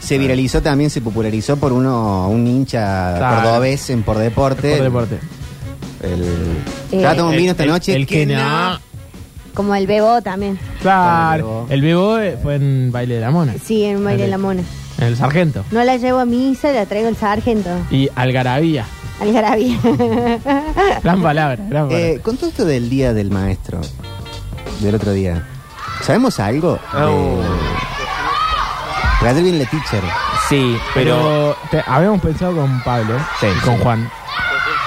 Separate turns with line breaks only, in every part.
Se viralizó también, se popularizó por uno, un hincha
Claro.
cordobés en Por Deporte.
Por deporte.
El,
Eh,
Trata un
El-
vino esta
el-
noche.
El que na-
Como el bebo también.
Claro. El bebo eh, fue en Baile de la Mona.
Sí, en baile de la mona.
En el sargento.
No la llevo a misa, la traigo al sargento.
Y Algarabía.
Al garabía.
Gran palabra, gran palabra.
Eh, con todo esto del día del maestro, del otro día, ¿sabemos algo?
Oh.
De... Ayer viene la teacher.
Sí, pero.
Pero te- habíamos pensado con Pablo
Sí,
y con
sí.
Juan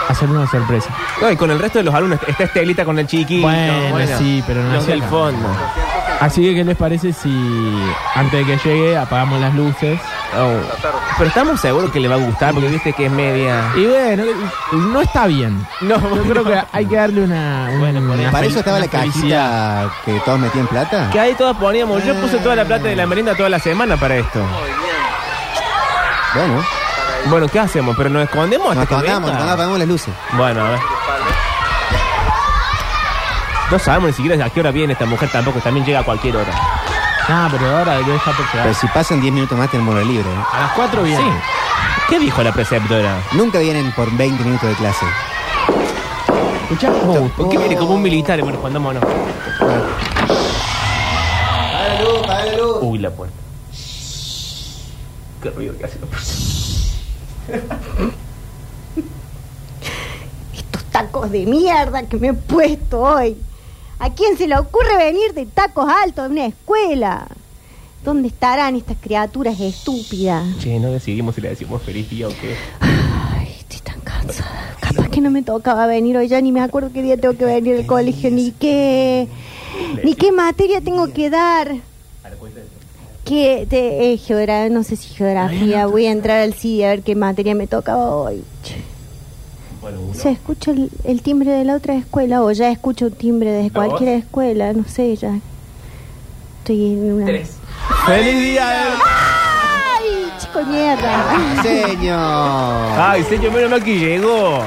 hacer una sorpresa.
No, y con el resto de los alumnos. Está Estelita con el chiquito.
Bueno, sí, pero no
Los
sé
del
acá.
fondo.
Así que, ¿qué les parece si antes de que llegue apagamos las luces?
Oh. Pero estamos seguros que le va a gustar porque viste que es media.
Y bueno, no está bien.
No,
Yo creo que hay que darle una. un-
Bueno, por
una
¿Para
fel-
eso estaba
una
la
felicidad.
cajita que todos metían plata?
Que ahí todos poníamos. Yo puse toda la plata de la merienda toda la semana para esto.
Oh,
Bueno,
Bueno, ¿qué hacemos? ¿Pero nos escondemos hasta
nos
que
contamos,
venga?
nos apagamos las luces.
Bueno, a ver. No sabemos ni siquiera a qué hora viene esta mujer tampoco, también llega a cualquier hora.
Ah, pero ahora debe estar por llegar.
Pero si pasan 10 minutos más tenemos el libre. ¿eh?
A las 4 viene.
Sí. ¿Qué dijo la preceptora?
Nunca vienen por 20 minutos de clase.
Escuchá,
¿Por qué viene como un militar? Bueno, escondámonos. Uy, la puerta. Qué ruido que hace la puerta.
Estos tacos de mierda que me he puesto hoy. ¿A quién se le ocurre venir de tacos altos de una escuela? ¿Dónde estarán estas criaturas estúpidas?
Che, no decidimos si le decimos feliz día o qué.
Ay, estoy tan cansada. Capaz que no me tocaba venir hoy ya ni me acuerdo qué día tengo que venir al colegio, ni qué, ni qué materia tengo que dar. Que te, eh, geografía, no sé si geografía, voy a entrar al CIDI a ver qué materia me tocaba hoy. Che,
Bueno,
Se escucha el, el timbre de la otra escuela o ya escucho un timbre desde cualquier escuela, no sé ya. Estoy en una...
tres.
¡Feliz día! del-
Ah. ¡Ay, chico mierda!
Señor.
Ay, señor, menos mal que llegó.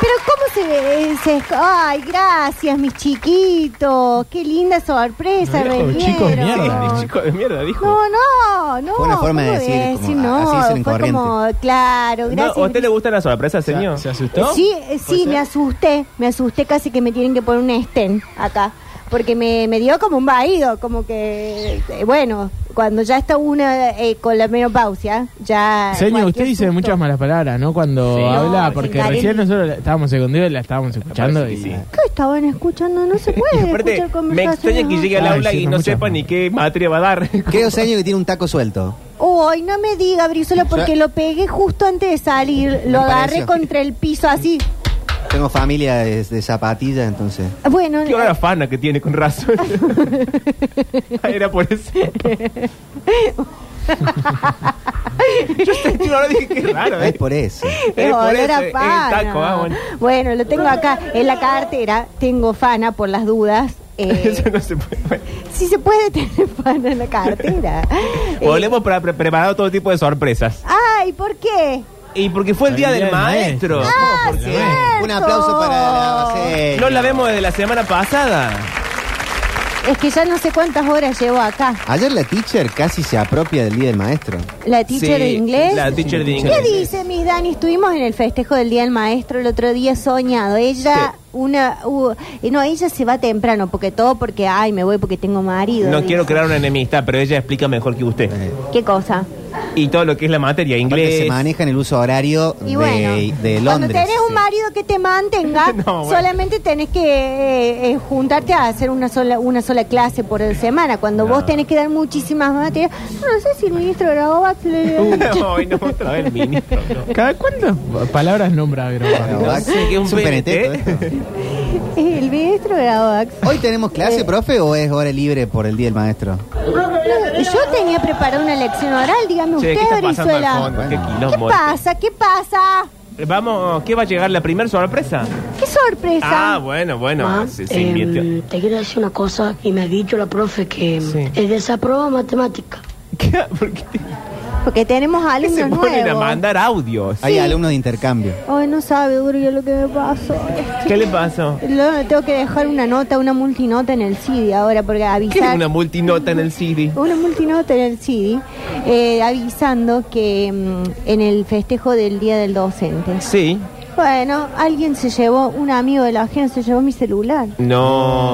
Pero cómo se ve, se esco- ay, gracias, mis chiquitos. Qué linda sorpresa,
No,
me
chicos,
dieron.
mierda,
Chico de mierda, dijo.
Ah. No, no, no.
Fue una forma de
¿cómo
decir,
voy a
como,
no,
así dicen en
fue
corriente.
como, claro,
No,
gracias.
¿A usted le gusta la sorpresa, señor?
¿Se asustó?
Sí, eh, sí, me asusté, me asusté casi que me tienen que poner un estén acá, porque me, me dio como un vaído, como que, eh, bueno, cuando ya está una eh, con la menopausia, ya...
Señor, usted
cualquier
dice
susto.
muchas malas palabras, ¿no? Cuando
Sí.
habla,
No,
porque
Karen.
recién nosotros la- estábamos escondidos y la estábamos escuchando.
parece que
y-
sí.
¿Qué estaban escuchando? No se
Y
puede
aparte,
escuchar
me
conversaciones
extraña que llegue al
Ay,
aula
sí,
y
no
no
muchas
sepa
más.
ni qué materia va a dar.
Creo, señor, que tiene un taco suelto.
Uy, Oh, no me diga, Brizuela, porque lo pegué justo antes de salir. Lo
Me
agarré
pareció.
contra el piso así.
Tengo familia de, de zapatillas, entonces.
Bueno,
Qué hora fana que tiene, con razón. Era por eso. Yo sentí una hora y dije, qué raro,
Es
¿eh?
por eso.
es
es por
olor
eso,
a
es el
fana.
taco, ah, bueno.
Bueno, lo tengo acá en la cartera. Tengo fana por las dudas.
Eso
Eh,
no se puede.
si se puede tener fana en la cartera. Eh,
Volvemos para pre- preparar todo tipo de sorpresas.
Ay, ¿por qué?
Y porque fue el día del maestro.
Ah,
¿Cómo? ¿Por qué?
cierto.
Un aplauso para la señora.
No la vemos desde la semana pasada.
Es que ya no sé cuántas horas llevo acá.
Ayer la teacher casi se apropia del día del maestro.
La teacher
Sí,
de inglés.
La teacher de
¿Qué
inglés.
dice, mis Dani? Estuvimos en el festejo del Día del Maestro el otro día soñado. Ella, una. u- eh, no, ella se va temprano, porque todo porque, ay, me voy porque tengo marido.
No
dice.
quiero crear una enemistad, pero ella explica mejor que usted.
¿Qué cosa?
Y todo lo que es la materia,
Porque
inglés.
se maneja en el uso horario
Y
de,
bueno,
de
cuando
Londres.
tenés un marido que te mantenga,
No, bueno.
solamente tenés que eh, eh, juntarte a hacer una sola una sola clase por semana. Cuando vos tenés que dar muchísimas materias, no sé si el ministro Grabovac le...
No, no, otra vez el ministro. no.
¿Cada cuántas palabras nombra
Claro,
Grobovac?
va-
Sí, que un
es un
PNT.
peneteto esto.
El ministro Grabovac.
¿Hoy tenemos
Eh.
clase, profe, o es hora libre por el día del maestro?
No, Yo tenía preparada una lección oral, dígame
Che, ¿qué
usted,
está pasando al
Brizuela.
fondo? Qué
Bueno.
¿Qué
quilombo este.
pasa? ¿Qué pasa?
Vamos, ¿qué va a llegar la primera sorpresa?
¿Qué sorpresa?
Ah, bueno, bueno,
Ma,
se, se
em,
invirtió.
te quiero decir una cosa y me ha dicho la profe que em,
Sí.
eh, desaproba matemática.
¿Qué? ¿Por qué?
porque tenemos
¿Qué se
alumnos
ponen a
nuevos.
mandar audios?
Hay
Sí.
alumnos de intercambio.
Ay, no sabe, Duriel, lo que me pasó.
¿Qué le pasó?
Lo- tengo que dejar una nota, una multinota en el CD ahora, porque
¿Qué es
avisar.
una multinota en el CD?
Una multinota en el CD eh, avisando que mm, en el festejo del Día del Docente.
Sí.
Bueno, alguien se llevó, un amigo de la gente se llevó mi celular.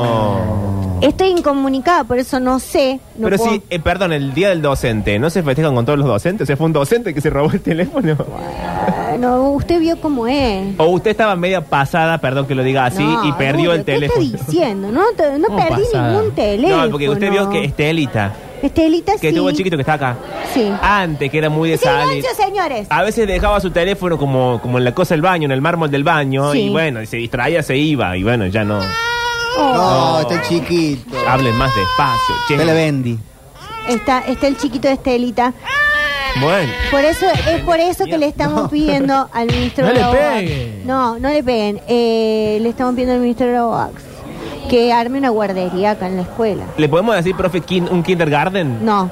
No.
Estoy incomunicada, por eso no sé. No
Pero
puedo-
sí, eh, perdón, el día del docente, ¿no se festejan con todos los docentes? O sea, fue un docente que se robó el teléfono.
Bueno, usted vio cómo es.
O usted estaba media pasada, perdón que lo diga así,
No,
y perdió
Duro,
el
¿Qué
teléfono.
está diciendo? No, te- no
¿Cómo
perdí
pasada?
ningún teléfono.
No, porque usted vio que Estelita,
Estelita
que
sí.
tuvo chiquito que está acá,
Sí.
antes que Ah, era muy de salir.
Silencio, señores.
A veces dejaba su teléfono como, como en la cosa del baño, en el mármol del baño,
Sí.
y bueno, y se distraía, se iba, y bueno, ya no.
No,
Oh,
está chiquito.
Hablen más despacio, che.
Dale, Bendy.
Está, está el chiquito de Estelita.
Bueno,
Por eso, es por eso que le estamos pidiendo al ministro
No le
Graboax-
peguen.
No, no le peguen. Eh, le estamos pidiendo al ministro Graboax que arme una guardería acá en la escuela.
¿le podemos decir, profe, kin- un kindergarten?
No,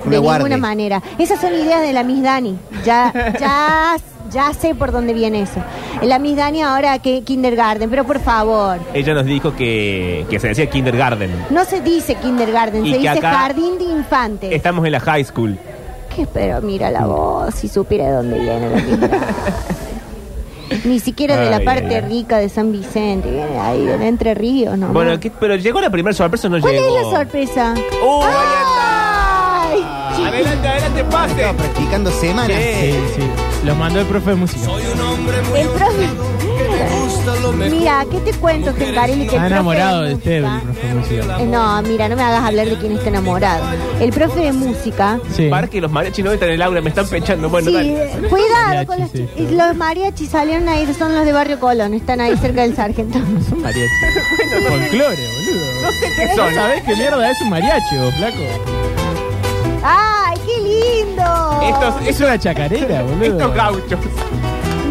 Una
de
guardia.
ninguna manera. Esas son ideas de la Miss Dani. Ya, ya, ya sé por dónde viene eso. La Miss Dani ahora que kindergarten, pero por favor.
Ella nos dijo que, que se decía kindergarten.
No se dice kindergarten,
Y
se
que
dice
acá
jardín de infantes.
Estamos en la high school.
¿Qué? Pero mira
Mm.
la voz, si supiera de dónde viene la pinta. Ni siquiera de la
Ay,
parte
ay, ay.
rica de San Vicente, viene ahí, en Entre Ríos, ¿no?
Bueno, ¿qué- pero llegó la primera sorpresa o no
¿Cuál
llegó.
es la sorpresa?
¡Oh, ahí
¡Ay!
está! Adelante, adelante, pase.
Estaba practicando semanas.
Sí.
Sí, sí. Los mandó el profe de música.
El profe- Mira, ¿qué te cuento, Gencarelli? Que el
Está
profe
enamorado de usted,
música-
el profe de música.
Eh, No, mira, no me hagas hablar de quién está enamorado. El profe de música
Sí.
Parque, los mariachis no están en el aula, me están pechando. Bueno,
sí,
dale.
eh, cuidado con los,
Mariachis,
y
esto.
los mariachis salieron ahí, son los de Barrio Colón, están ahí cerca del sargento.
Son mariachi. Folclore, boludo.
No sé qué
¿No
son.
sabés qué mierda es un mariachi, vos, flaco?
¡Ay, qué lindo!
Estos,
Es una chacarera, boludo.
estos gauchos.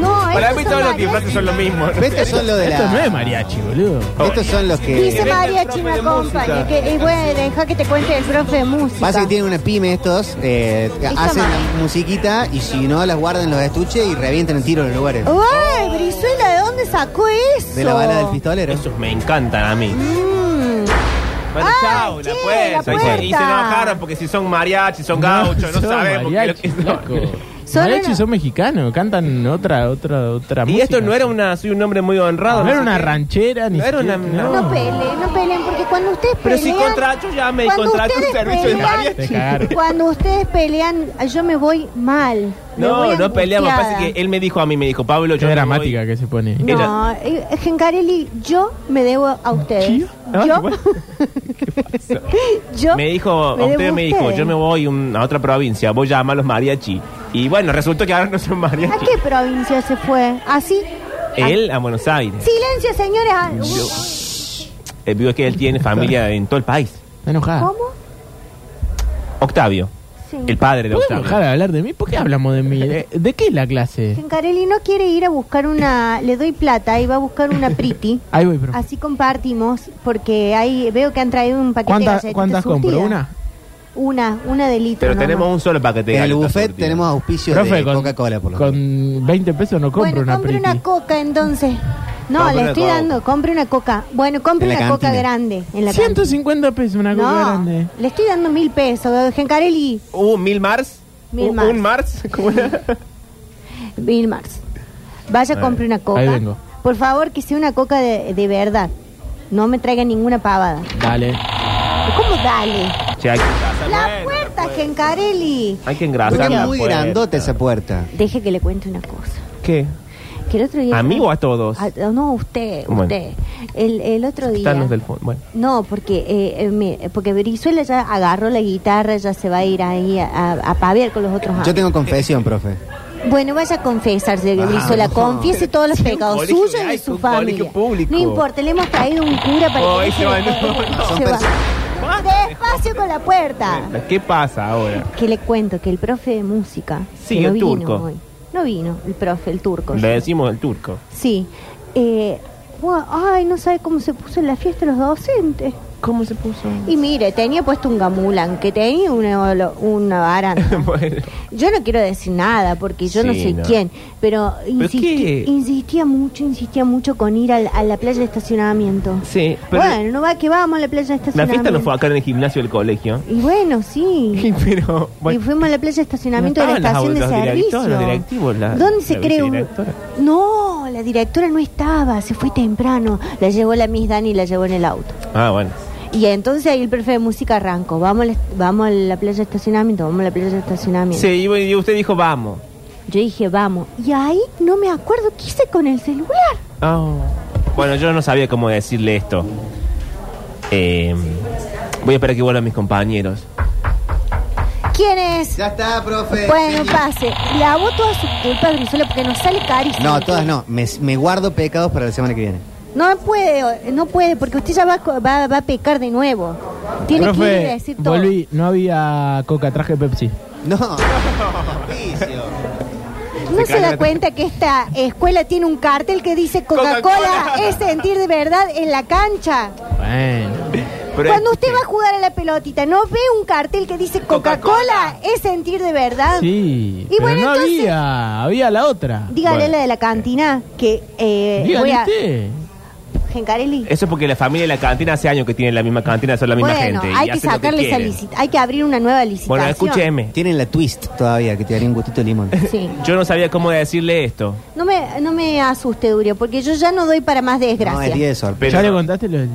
no,
Para
estos
mí
son
todos los
mariachis.
disfraces son lo mismo.
Pero Estos son los de la...
Esto no es mariachi, boludo.
Estos son los
Dice
que...
Venga,
mariachi
el
me
profe de
acompaña.
música.
Que, y bueno, deja que te cuente el profe de música.
Pasa que tienen una pyme estos, eh,
Está
hacen
mal.
la musiquita y si no las guardan en los estuches y revientan el tiro en los lugares.
Oh. ¡Uy, Brizuela, ¿de dónde sacó eso?
De la bala del pistolero.
Esos me encantan a mí.
Mm.
Bueno,
Ay,
chao,
che,
la puerta.
la
Y se- Y se
puerta.
enojaron porque si son mariachis, son gauchos, no,
son
sabemos qué es lo
mariachi,
que son.
flaco.
Son
Mariachi
una-
son mexicanos, cantan otra, otra, otra
Y
música.
esto no era una, soy un hombre muy honrado.
No
no
era
sé
una
qué.
ranchera, ni
No era una-
siquiera-
no.
No peleen, no peleen, porque cuando ustedes
Pero
pelean...
si contrato, llame y
cuando
contrato un
ustedes
servicio de
pelean-
mariachi.
Te cagaron.
Cuando ustedes pelean, yo me voy mal. me
No,
voy
no peleamos. Pasa
angustiada.
que él me dijo a mí, me dijo, Pablo,
Qué
yo. me
dramática
voy.
que se pone.
No, eh, Gencarelli, yo me debo a ustedes.
Ah,
Yo,
bueno.
yo
Me
me
dijo, a
debo
usted me dijo,
ustedes.
yo me voy un- a otra provincia, voy a llamar a los mariachi. Y bueno, resultó que ahora no son
¿A
mariachi.
qué provincia se fue? ¿Así?
Él a Buenos Aires.
Silencio, señores. Ah,
El vivo es que él tiene familia en todo el país.
Está enojada.
¿Cómo?
Octavio,
Sí.
Ah. el padre de
¿Podemos dejar
Octavio.
de hablar de mí? ¿Por qué hablamos de mí? ¿De, de qué es la clase?
Gencarelli no quiere ir a buscar una... Le doy plata y va a buscar una pretty.
Ahí voy, profe.
Así compartimos, porque ahí veo que han traído un paquete de
¿Cuántas,
galletitas
cuántas compro?
surtidas.
¿Una?
Una, una de litro.
Pero
nomás.
tenemos un solo paquete de
En el
galletas
buffet
surtidas.
tenemos auspicios
Profe,
de
con,
Coca-Cola por lo menos.
con 20 pesos no compro
bueno,
una
compre una
priti.
coca entonces. No,
Compre
le
una
estoy
coca.
dando, compre una coca. Bueno, compre
En la
una coca
cantina.
grande. En la
150 pesos una
cantina.
coca
no,
grande.
le estoy dando mil pesos. Gencarelli,
Uh, mil mars.
Mil
un,
mars.
un mars. ¿Cómo era?
mil más. Vaya, compre una coca.
ahí vengo.
Por favor, que sea una coca de, de verdad. No me traiga ninguna pavada.
Dale.
¿Cómo dale?
Che, hay que engrasar,
La
bueno,
puerta, Gencarelli.
Hay que
Porque
engrasar
es
la
muy
puerta.
grandota esa puerta.
Deje que le cuente una cosa.
¿Qué?
Que el otro día...
¿A mí o a todos?
Ah, no, usted, usted.
Bueno.
El, el otro día...
Están los del fondo. Bueno.
No, porque eh, eh, me- porque Brizuela ya agarró la guitarra, ya se va a ir ahí a, a, a paviar con los otros.
Yo
amigos.
tengo confesión, profe.
Bueno, vaya a confesarse,
Vamos.
Brizuela, confiese todos los
Sí, un
pecados
colegio
suyos y de
laico,
su
un colegio
familia.
público.
No importa, le hemos traído un cura para
Oh,
que
ahí
deje
se va,
de-
no, no.
Son
se va.
personas-
Despacio con la puerta.
¿Qué pasa ahora?
Que le cuento que el profe de música
Sí,
que no
el
vino
turco.
hoy. No vino el profe, el turco.
Le decimos el turco.
Sí. Eh, bueno, ay, no sabe cómo se puso en la fiesta los docentes.
¿Cómo se puso?
Y mire, tenía puesto un gamulán, que tenía una, olo- una baranda.
Bueno.
Yo no quiero decir nada porque yo no
Sí,
sé
no.
quién, pero, insisti-
qué?
insistía mucho, insistía mucho con ir al- a la playa de estacionamiento.
Sí, pero
bueno, no va que vamos a la playa de
la
estacionamiento.
fiesta no fue acá en el gimnasio del colegio.
Y bueno, sí.
Pero,
Y
bueno,
fuimos a la playa de estacionamiento
No
de la
estaban
estación
las-
de
los directores,
servicio.
los directivos, la-
¿Dónde
la
se cree un-
vicedirectora.
No, la directora no estaba, se fue temprano. La llevó la Miss Dani y la llevó en el auto.
ah, bueno.
Y entonces ahí el profe de música arrancó. Vamos a la, vamos a la playa de estacionamiento, vamos a la playa de estacionamiento.
Sí, y bueno, y usted dijo, vamos.
Yo dije, vamos. Y ahí no me acuerdo qué hice con el celular.
Ah. Bueno, yo no sabía cómo decirle esto. Eh, voy a esperar que vuelvan mis compañeros.
¿Quién es?
Ya está, profe.
Bueno, pase. Lavó todas sus culpas, Brizuela, porque nos sale carísimo.
No, todas no. Me, me guardo pecados para la semana que viene.
No puede, no puede, porque usted ya va, a co- va, va a pecar de nuevo. Tiene que ir y
Profe,
decir todo.
volví, no había coca, traje Pepsi.
No.
¿No
Se
se
cae
da
la-
cuenta que esta escuela tiene un cartel que dice Coca-Cola
Coca-Cola.
es sentir de verdad en la cancha?
Bueno.
Pero este-
Cuando
es-
usted va a jugar a la pelotita, ¿no ve un cartel que dice Coca-Cola es sentir de verdad?
Sí,
Y
pero
bueno,
no
entonces-
había, había la otra.
Dígale a
Bueno.
la de la cantina que eh, voy
Dígale
a...
usted.
Gencarelli.
Eso es porque la familia de la cantina hace años que tienen la misma cantina, son la misma
Bueno,
gente. y
hay que
hacen lo
sacarle esa
quieren.
licitación, hay que abrir una nueva licitación.
Bueno, escúcheme.
Tienen la twist todavía, que te daría un gustito de limón.
Sí.
Yo no sabía cómo decirle esto.
No me, no me asuste, Durio, porque yo ya no doy para más
No,
desgracia.
es 10 sorpresa.
Pero-
¿Ya le contaste lo del-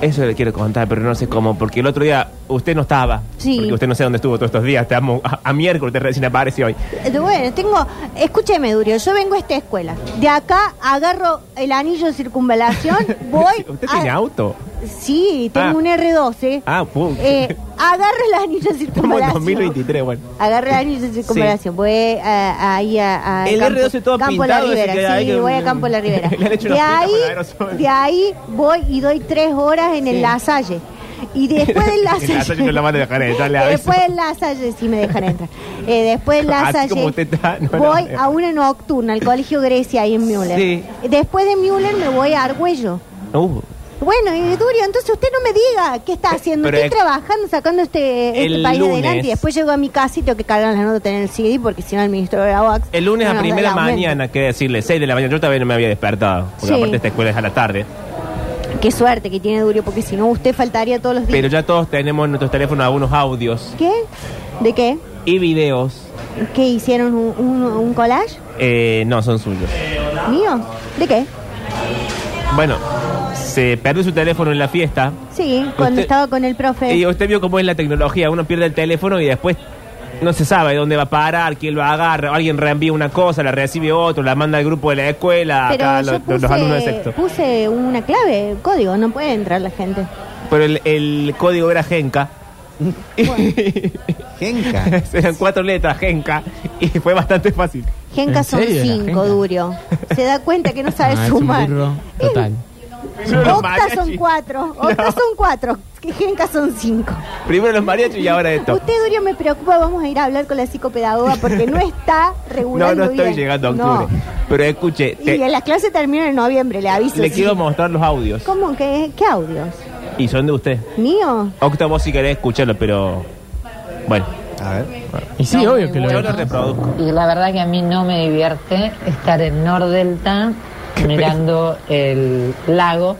Eso le quiero contar, pero no sé cómo, porque el otro día usted no estaba.
Sí.
Porque usted no sé dónde estuvo todos estos días. Estamos a, a miércoles, usted recién aparece hoy.
Eh, Bueno, tengo, escúcheme, Durio, yo vengo a esta escuela. De acá agarro el anillo de circunvalación, voy.
¿Usted
a-
tiene auto?
Sí, tengo
Ah.
un R12.
Ah, pum.
Eh, agarro el anillo de
Estamos en
circunvalación.
2023, bueno.
Agarro el anillo de circunvalación, voy eh, ahí a, a
El
campo-
R12 todo
Campo
pintado,
La
ese
Ribera.
que hay
sí,
que-
voy a Campo La Ribera.
Le han hecho
de,
unas pintas
ahí,
con aerosol.
de ahí voy y doy tres horas en el La Salle. Y después del La
En la
Salle...
Salle no la van a dejar entrar, le aviso.
después del La Salle sí me dejan entrar. Eh, después del La
Así
Salle
como usted está, no la van a
voy
dejar.
a una nocturna, al Colegio Grecia, ahí en Müller.
Sí.
Después de Müller me voy a Argüello.
Uh,
Bueno, y Durio, entonces usted no me diga qué está haciendo.
Eh, Pero
Estoy
ex-
trabajando, sacando este, este
El
país
lunes-
adelante y después llego a mi casa y tengo que cargar las notas en el CD porque si no el ministro de la UACS
el lunes
no
a
nos da
primera
el aumento.
mañana, que decirle, 6 de la mañana. Yo todavía no me había despertado, porque
Sí.
aparte esta escuela es a la tarde.
Qué suerte que tiene Durio porque si no usted faltaría todos los días.
Pero ya todos tenemos en nuestros teléfonos algunos audios
¿Qué? ¿De qué?
y videos.
¿Qué hicieron? ¿Un, un- un collage?
Eh, no, son suyos.
¿Mío? ¿De qué?
Bueno, se perdió su teléfono en la fiesta.
Sí, cuando
Usted-
estaba con el profe.
Y usted vio cómo es la tecnología. Uno pierde el teléfono y después no se sabe dónde va a parar, quién lo agarra. Alguien reenvía una cosa, la recibe otro, la manda al grupo de la escuela,
Pero
acá
yo
los,
puse,
los alumnos de sexto.
puse una clave, código, no puede entrar la gente.
Pero el, el código era Genka.
Genka.
Eran cuatro letras, Genka. Y fue bastante fácil.
Genka
¿En
son
serio era
cinco,
Genka?
Durio. Se da cuenta que no sabe
Ah, es un
sumar.
burro
Es-
total.
Primero los
Octas son
mariachis.
cuatro, octas son cuatro, que Genka son cinco.
Primero los mariachis y ahora esto.
Usted, Durio, me preocupa, vamos a ir a hablar con la psicopedagoga porque no está
No,
regulando
no estoy
bien.
llegando a
No.
octubre. Pero escuche, te-
Y la clase termina en noviembre, le aviso.
le
sí.
quiero mostrar los audios.
¿Cómo? ¿Qué, qué audios?
Y son de usted.
¿Mío?
Octavo vos si querés escucharlo, pero. Bueno,
A ver.
Y sí,
No,
obvio
muy
que lo
yo
bueno.
lo reproduzco.
Y la verdad que a mí no me divierte estar en Nordelta mirando el lago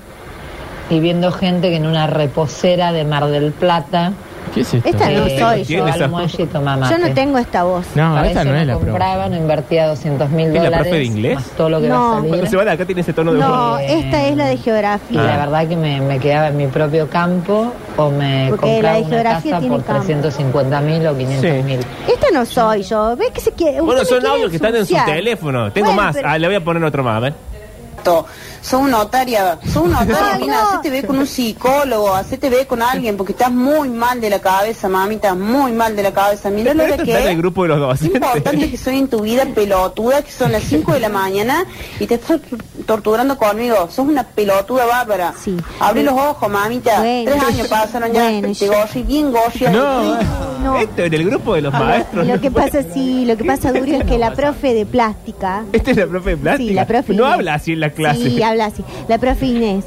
y viendo gente que en una reposera de Mar del Plata
¿Qué es esto?
Esta no
eh,
soy yo.
tiene
va
esa-
al muelle y toma mate.
Yo no tengo esta voz.
No,
Para
esta
eso
no es la prueba.
compraba, no invertía 200 mil
¿Es la
dólares.
profe de inglés?
Más todo lo que
No.
va a salir.
Cuando se va de acá tiene ese tono de voz.
No, esta es la de
Y
geografía.
Ah.
la verdad que me, me quedaba en mi propio campo o me
Porque la
compraba
de
una
geografía
casa
tiene
por
campo.
350 mil o 500 mil.
Esta no soy yo. ¿Ves que se quiere?
Bueno,
usted me
son
quiere
audios que están en su
ensuciar.
teléfono. Tengo
Bueno,
más.
pero-
Ah, le voy a poner otro más, a ver.
Son notaria, son notaria,
Ah,
Ay,
mina,
no.
hacete ver con un psicólogo, hacete ver con alguien, porque estás muy mal de la cabeza, mami, estás muy mal de la cabeza. Mira lo
Pero esto
que
está en
es.
el grupo de los
Qué importante
docentes.
que soy en tu vida, pelotuda, que son las 5 de la mañana y te estás torturando conmigo. Sos una pelotuda bárbara.
Sí.
Abrí los ojos, mamita.
Bueno.
Tres años pasaron ya.
Bueno,
te
yo-
gorri, bien gorri.
No,
así.
No.
esto en el grupo de los maestros.
Lo que pasa, sí, lo que pasa, Durio, es que la profe de plástica
Esta Este es la profe de plástica.
Sí, la profe
no
Inés.
habla así en la clase.
Sí, habla así. La profe Inés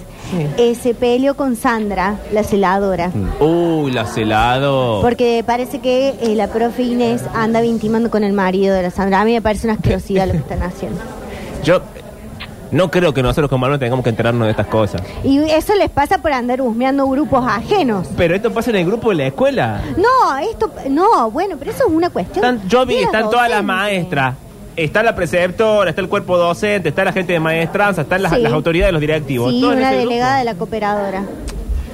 eh, se peleó con Sandra, la celadora.
Mm. Uy, la celado.
Porque parece que eh, la profe Inés anda intimando con el marido de la Sandra. A mí me parece una asquerosidad lo que están haciendo.
Yo eh, no creo que nosotros como alumnos tengamos que enterarnos de estas cosas.
Y eso les pasa por andar husmeando grupos ajenos.
Pero esto pasa en el grupo de la escuela.
No, esto, no, bueno, pero eso es una cuestión.
Están- yo vi,
de los
están todas las
docentes.
maestras. Está la preceptora, está el cuerpo docente, está la gente de maestranza, están las,
Sí.
las autoridades, los directivos.
Sí,
todo en
una
ese grupo.
delegada de la cooperadora.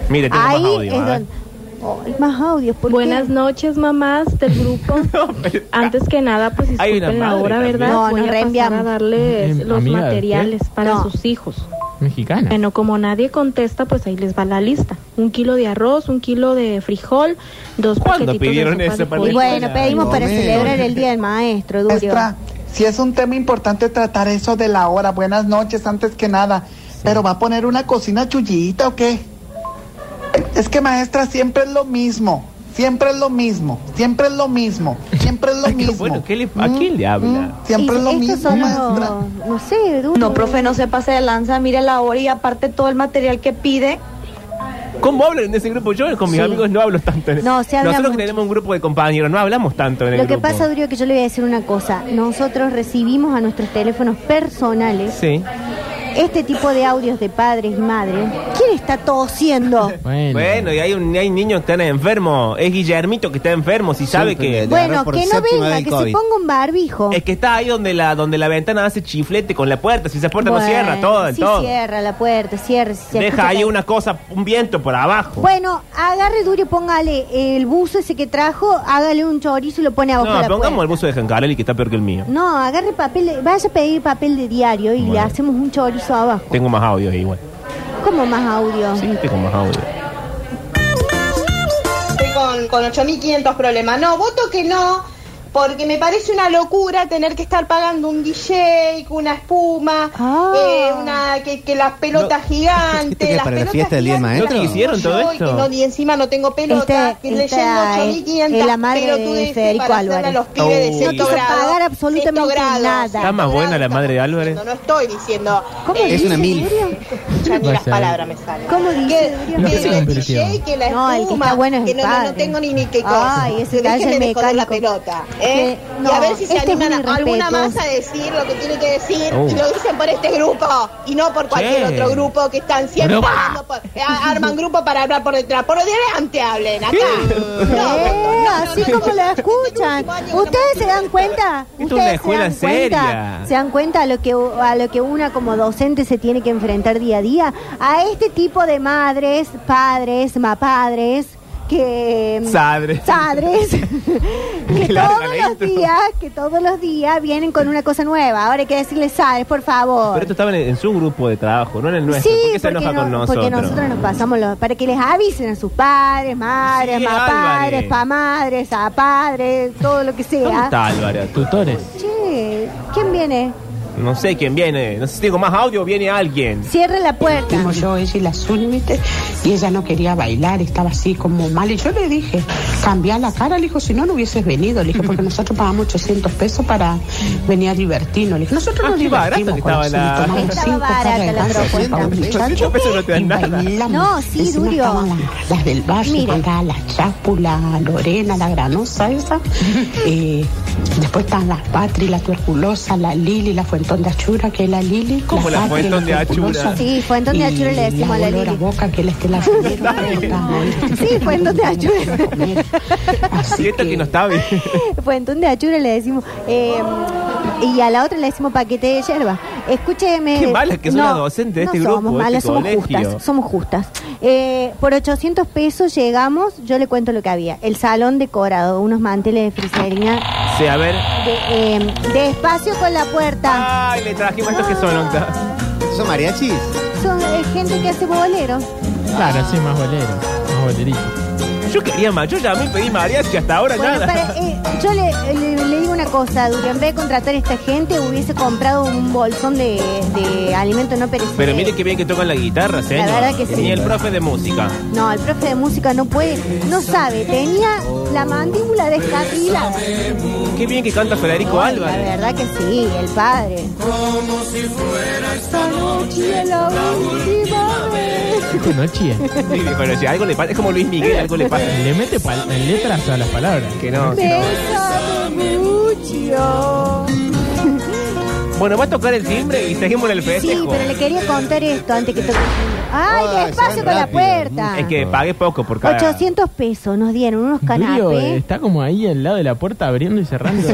Mire, tengo
Ahí
más audio.
es
a ver.
donde. Oh, hay más audios. ¿por qué?
Buenas noches, mamás del grupo. Antes que nada, pues
Hay una
disculpen la
madre
hora,
también.
¿verdad?
No,
Voy
nos
a pasar
reenviamos.
a darles
Eh, amiga,
los
Em. ¿qué?
materiales para
No.
sus hijos.
Mexicana.
Bueno, como nadie contesta, pues ahí les va la lista. Un kilo de arroz, un kilo de frijol, dos
¿Cuándo
paquetitos
pidieron
de sopa
eso
de
para
Y
pollo.
bueno, pedimos para
Momento.
celebrar el Día del Maestro, Durio.
Maestra, si es un tema importante tratar eso de la hora, buenas noches antes que nada, pero va a poner una cocina chullita o qué? Es que maestra siempre es lo mismo, siempre es lo mismo, siempre es lo mismo, siempre es lo
Ay, qué
mismo.
bueno, ¿qué le- a quién
Mm,
le habla?
siempre
Y
es lo
estos
mismo,
son los-
maestra.
No sé, Durio.
No, profe, no se pase de lanza, mire la hora y aparte todo el material que pide.
¿Cómo hablan en ese grupo? Yo con mis
Sí.
amigos no hablo tanto. en-
No, se habla
Nosotros
mucho.
que tenemos un grupo de compañeros, no hablamos tanto en el
Lo que
grupo.
pasa, Durio, que yo le voy a decir una cosa. Nosotros recibimos a nuestros teléfonos personales
Sí.
este tipo de audios de padres y madres. ¿Quién está tosiendo?
Bueno.
Bueno, y hay, un, hay niños que están enfermos. Es Guillermito que está enfermo, si sabe
Siempre
que...
le-
Bueno,
por
que no
séptima
venga,
del
que se
COVID.
ponga un barbijo.
Es que está ahí donde la, donde la ventana hace chiflete con la puerta. Si esa puerta no cierra, todo, del
sí,
todo.
cierra la puerta, cierra. si se
Deja
escucha
ahí
que-
una cosa, un viento por abajo.
Bueno, agarre Durio, póngale el buzo ese que trajo, hágale un chorizo y lo pone abajo de
no,
la
pongamos el
puerta.
buzo de Giancarelli que está peor que el mío.
No, agarre papel, vaya a pedir papel de diario y le
Bueno.
hacemos un chorizo abajo.
Tengo más audios igual.
¿Cómo más audio?
Sí, tengo más audios.
estoy con, con 8.500 problemas. No, voto que no, porque me parece una locura tener que estar pagando un DJ, una espuma,
Ah.
eh, una que, que las pelotas
No. ¿Esto qué
gigantes.
es
las
para la
pelotas
fiesta del Día del
gigantes
Maestro?
las
¿No
quisieron
tengo
todo
yo
esto?
Y, que no, y encima no tengo pelota,
Esta-
que leyendo
esta es-
8.500
es la madre de
pelotudeces
Federico
para hacerle
Álvarez.
a los pibes de
Uy. No
sexto
quiso
grado,
pagar absolutamente
sexto grado,
nada.
sexto
Está más
grado,
buena la
estamos
madre de Álvarez.
diciendo, No estoy diciendo...
¿Cómo
Es una mil.
Durio?
Ya ni
Va a
las
ser.
palabras me salen.
¿Cómo dice,
Que,
Adrián?
Lo
que
que se
el
convirtió.
DJ, que la
No, el que
espuma,
está bueno es
que
el
no, no, no
padre.
tengo ni ni qué cosa.
Ay, ese
Que
talle
déjenme de joder la
mecánico.
pelota. ¿eh?
Que- no,
y a ver si se
este es
animan
muy
a alguna
respetuoso.
más a decir lo que tiene que decir.
Oh.
Y lo dicen por este grupo y no por cualquier
Sí.
otro grupo que están siempre
Grupo.
hablando por- eh, arman grupo para hablar por detrás. Por delante hablen acá. No,
Eh,
no, no,
así
no, Este no,
como
no,
lo
no,
escuchan.
no, no, no,
Ustedes
no,
se
no,
dan cuenta.
es
Ustedes
una
se
escuela
dan
seria.
cuenta. Se dan cuenta a lo que a lo que una como docente se tiene que enfrentar día a día a este tipo de madres, padres, mapadres que mm,
Sadres.
Sadres. que
largan
todos los
adentro.
días, que todos los días vienen con una cosa nueva. Ahora hay que decirles sadres, por favor.
Pero esto estaba en, en su grupo de trabajo, no en el nuestro.
sí,
¿Por qué se
porque
enoja
no-
con nosotros?
porque nosotros nos pasamos los, para que les avisen a sus padres, madres,
Sí,
ma padres,
Álvarez.
pa madres, a padres, todo lo que
¿Dónde
sea.
está Álvarez?
Tutores.
Che, ¿quién viene?
No sé quién viene. No sé si tengo más audio o viene alguien.
Cierre la puerta.
Como yo, ella y la Zuli, ¿viste? Y ella no quería bailar, estaba así como mal. Y yo le dije, cambia la cara, le dijo, si no, no hubieses venido. Le dije, porque nosotros pagamos 800 pesos para venir a divertirnos. Le dije, nosotros
Ah,
nos
qué barato
divertimos.
que estaba
corazón,
la-
y tomamos
Estaba
cinco cajas
barata
de
la
ganso,
propuesta.
compramos un
800 pesos no te dan
y
nada.
bailamos.
No, sí,
Encima
Durio.
estaban las, las del Valle,
Mire.
andaba la Chápula, Lorena, la Granosa esa. Eh, después están las Patri, la Tuberculosa, la Lili, la Fuentón de Achura, que es la Lili.
¿Cómo la
Patri,
Fuentón de
Tuberculosa,
Achura?
Sí, Fuentón de Achura le decimos a la
olor
Lili.
boca que la Estela Figueroa, que está-
Sí, Fuentón de Achura.
Así
Y esto que no está bien.
Fuentón de Achura le decimos. eh, y a la otra le decimos paquete de hierba. Escúcheme.
Qué malas que son las docentes de este
no
grupo,
Somos
de este
malas, somos
colegio.
justas. Somos justas. Eh, por 800 pesos llegamos, yo le cuento lo que había. El salón decorado, unos manteles de friserina
Sí, a ver.
de, eh, de espacio con la puerta.
Ay, le trajimos estos Ah, que son, Octa.
¿Son mariachis?
Son eh, gente que hace boleros.
Claro, sí, más boleros. Más boleritos.
Yo quería más, yo llamé y pedí mariachi hasta ahora
Bueno,
nada.
para, eh, yo le, le- le digo una cosa, Duque, en vez de contratar a esta gente hubiese comprado un bolsón de, de alimentos no perecibles.
Pero mire qué bien que tocan la guitarra, señor.
verdad que sí.
Ni el profe de música.
No, el profe de música no puede, no sabe, tenía la mandíbula descarrilada.
Qué bien que canta Federico
La
Álvarez.
verdad que sí, el padre. Como si fuera esta noche la última vez.
Esta noche.
Sí, bueno, si algo le pasa, es como Luis Miguel, algo le pasa.
Le mete pal- letras a las palabras.
Que no.
Bésame mucho.
Bueno, va a tocar el timbre y seguimos en el
Sí,
festejo.
pero le quería contar esto antes que toque. ¡Ay, despacio con la puerta!
Es que pagué poco por cada...
800 pesos nos dieron unos
Julio
canapés.
está como ahí al lado de la puerta abriendo y cerrando.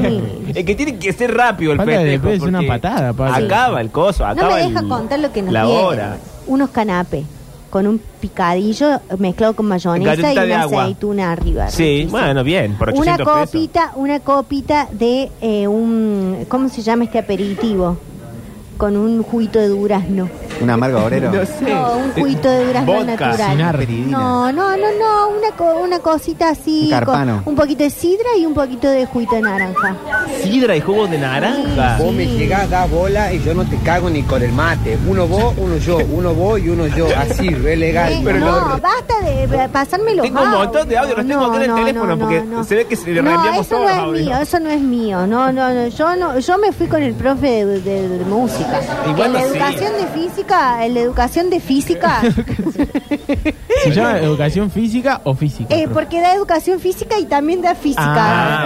Es que tiene que ser rápido el
Falta de
festejo.
después una
porque
patada, Pablo.
Acaba el coso,
No
acaba
me deja
el-
contar lo que nos
la
dieron.
hora.
Unos canapés con un picadillo mezclado con mayonesa
Galletita
y
de
una
agua.
aceituna arriba.
Sí, bueno, bien, por
Una
800 pesos.
copita, una copita de eh, un ¿cómo se llama este aperitivo? Con un juguito de durazno.
Un amargo obrero.
No sé.
No, un juguito de durazno
Vodka, sin
natural.
arridina.
No, no, no, no, una co- una cosita así
Un carpano.
con un poquito de sidra y un poquito de juguito de naranja.
Sidra y jugo de naranja.
Vos me llegás, da bola y yo no te cago ni con el mate. Uno vos, uno yo, uno vos y uno yo. Así, re legal.
Eh, no, basta de de pasarme los
Tengo un
audios.
montón de audio, los tengo
No,
acá en el
no,
teléfono
no,
porque
no.
se ve que se le
No,
reenviamos
eso
todos
no
los
es
audios.
mío, eso no es mío. No, no, no, yo no, yo me fui con el profe de, de- de música.
Y
Que
bueno,
la
sí.
educación de física, la educación de física,
¿Se llama educación física o física?
eh, porque da educación física y también da física.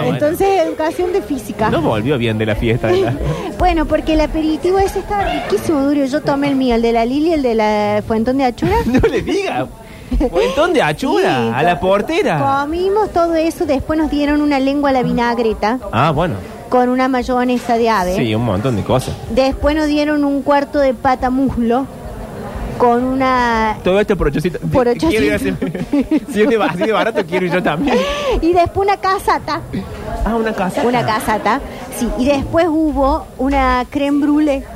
Ah, bueno.
Entonces, educación de física.
No volvió bien de la fiesta. ¿verdad?
Bueno, porque el aperitivo ese estaba riquísimo, duro. Yo tomé el mío, el de la Lili, el de la Fuentón de Achura.
no le diga. Montón de achura
Sí,
a la portera.
Comimos todo eso, después nos dieron una lengua a la vinagreta
Ah, bueno.
con una mayonesa de ave.
Sí, un montón de cosas.
Después nos dieron un cuarto de pata muslo con una...
Todo esto por 800.
Por
Quiero ir a
800.
ese- si es de, así de barato, quiero ir yo también.
Y después una casata.
Ah, una casata.
Una casata, sí. Y después hubo una creme brûlée.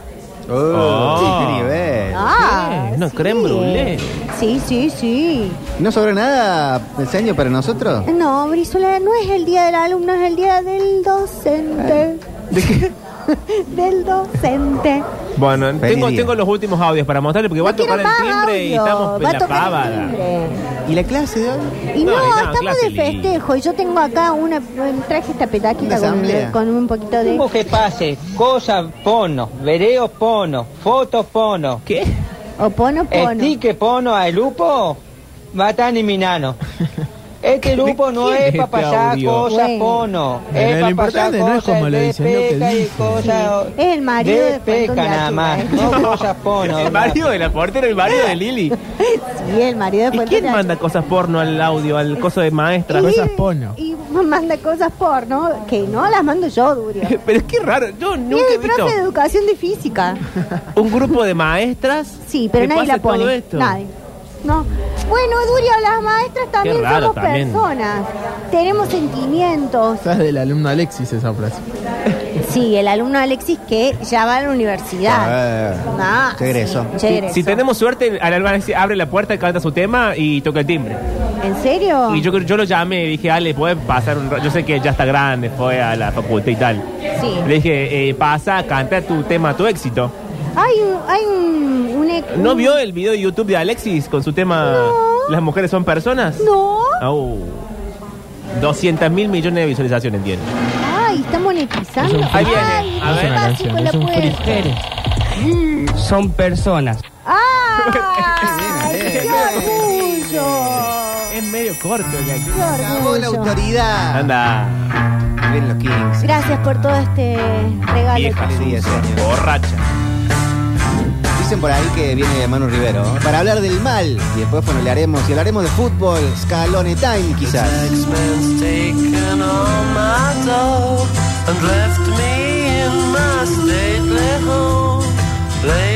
Oh,
Oh.
qué nivel.
Ah,
no, creme brûlée.
Sí, sí, sí.
¿No sobró nada, señor, para nosotros?
No, Brizuela, no es el día del alumno, es el día del
Eh.
docente. del docente.
Bueno,
Feliz
tengo,
día.
tengo los últimos audios para mostrarle porque va a tocar el
quiero más
timbre y
audio,
estamos en
va a
la
tocar el
pavada.
timbre.
¿Y la clase de hoy?
Y
No,
no,
y no,
estamos
clase
de
libre.
festejo. Y yo tengo acá una. Traje esta petaquita
Una
con,
asamblea.
con un poquito de.
Tengo que pase, cosa pono, vereo pono, foto pono.
¿Qué?
O pono pono.
Estique pono al lupo, matan y minano. Este lupo no
quién
es para
es este
pasar
audio?
cosas
Bueno.
pono.
Pero
Es para
lo
pasar
importante no es
cosas
como lo
de
dicen, lo que
peca y
dicen.
cosas
Es el marido de
de peca
Fantón de
nada
Achura, ¿eh?
más, no cosas pono.
El marido de la portera, el marido de Lili.
Sí, el marido de
¿Y
Fuente
quién
de
manda cosas porno al audio, al coso de maestra?
Y-
Cosas-
Pono.
Y manda cosas porno que no las mando yo, Durio. Y
Pero es que raro, yo nunca
es
he
el
visto
profe de educación de física.
un grupo de maestras.
Sí, pero
que
nadie
pase
la pone.
todo esto.
Nadie. No. Bueno, Durio, las maestras también
raro,
somos
también.
personas. Tenemos sentimientos.
Esa es del alumno Alexis esa frase.
Sí, el alumno Alexis que ya va a la universidad.
Ah,
Ah,
se egresó.
sí, ya egresó.
Si tenemos suerte, al alba abre la puerta, canta su tema y toca el timbre.
¿En serio?
Y yo, yo lo llamé y dije, Ale, puede pasar un rato? Yo sé que ya está grande, fue a la facultad y tal.
Sí.
Le dije, eh, pasa, canta tu tema, tu éxito.
Hay, un- hay un, un ex-
¿No vio el video de YouTube de Alexis con su tema Las mujeres son personas?
No.
Au. 200 mil millones de visualizaciones tiene.
Ay, está monetizando.
Es un Ahí viene.
Ay, qué
A ver.
fácil Ah, con la puerta.
Son personas.
¡Ay,
eh.
qué orgullo!
Es medio corto
¡Qué
Bravo, la
orgullo!
autoridad.
Anda,
Ven los 15.
Gracias por todo este regalo.
vieja
Feliz día,
sucia,
señor.
borracha.
Dicen por ahí que viene Manu Rivero ¿eh? para hablar del mal. Y después, bueno, le haremos, y hablaremos de fútbol, Scalone Time, quizás.
and left me in my stately home. Lay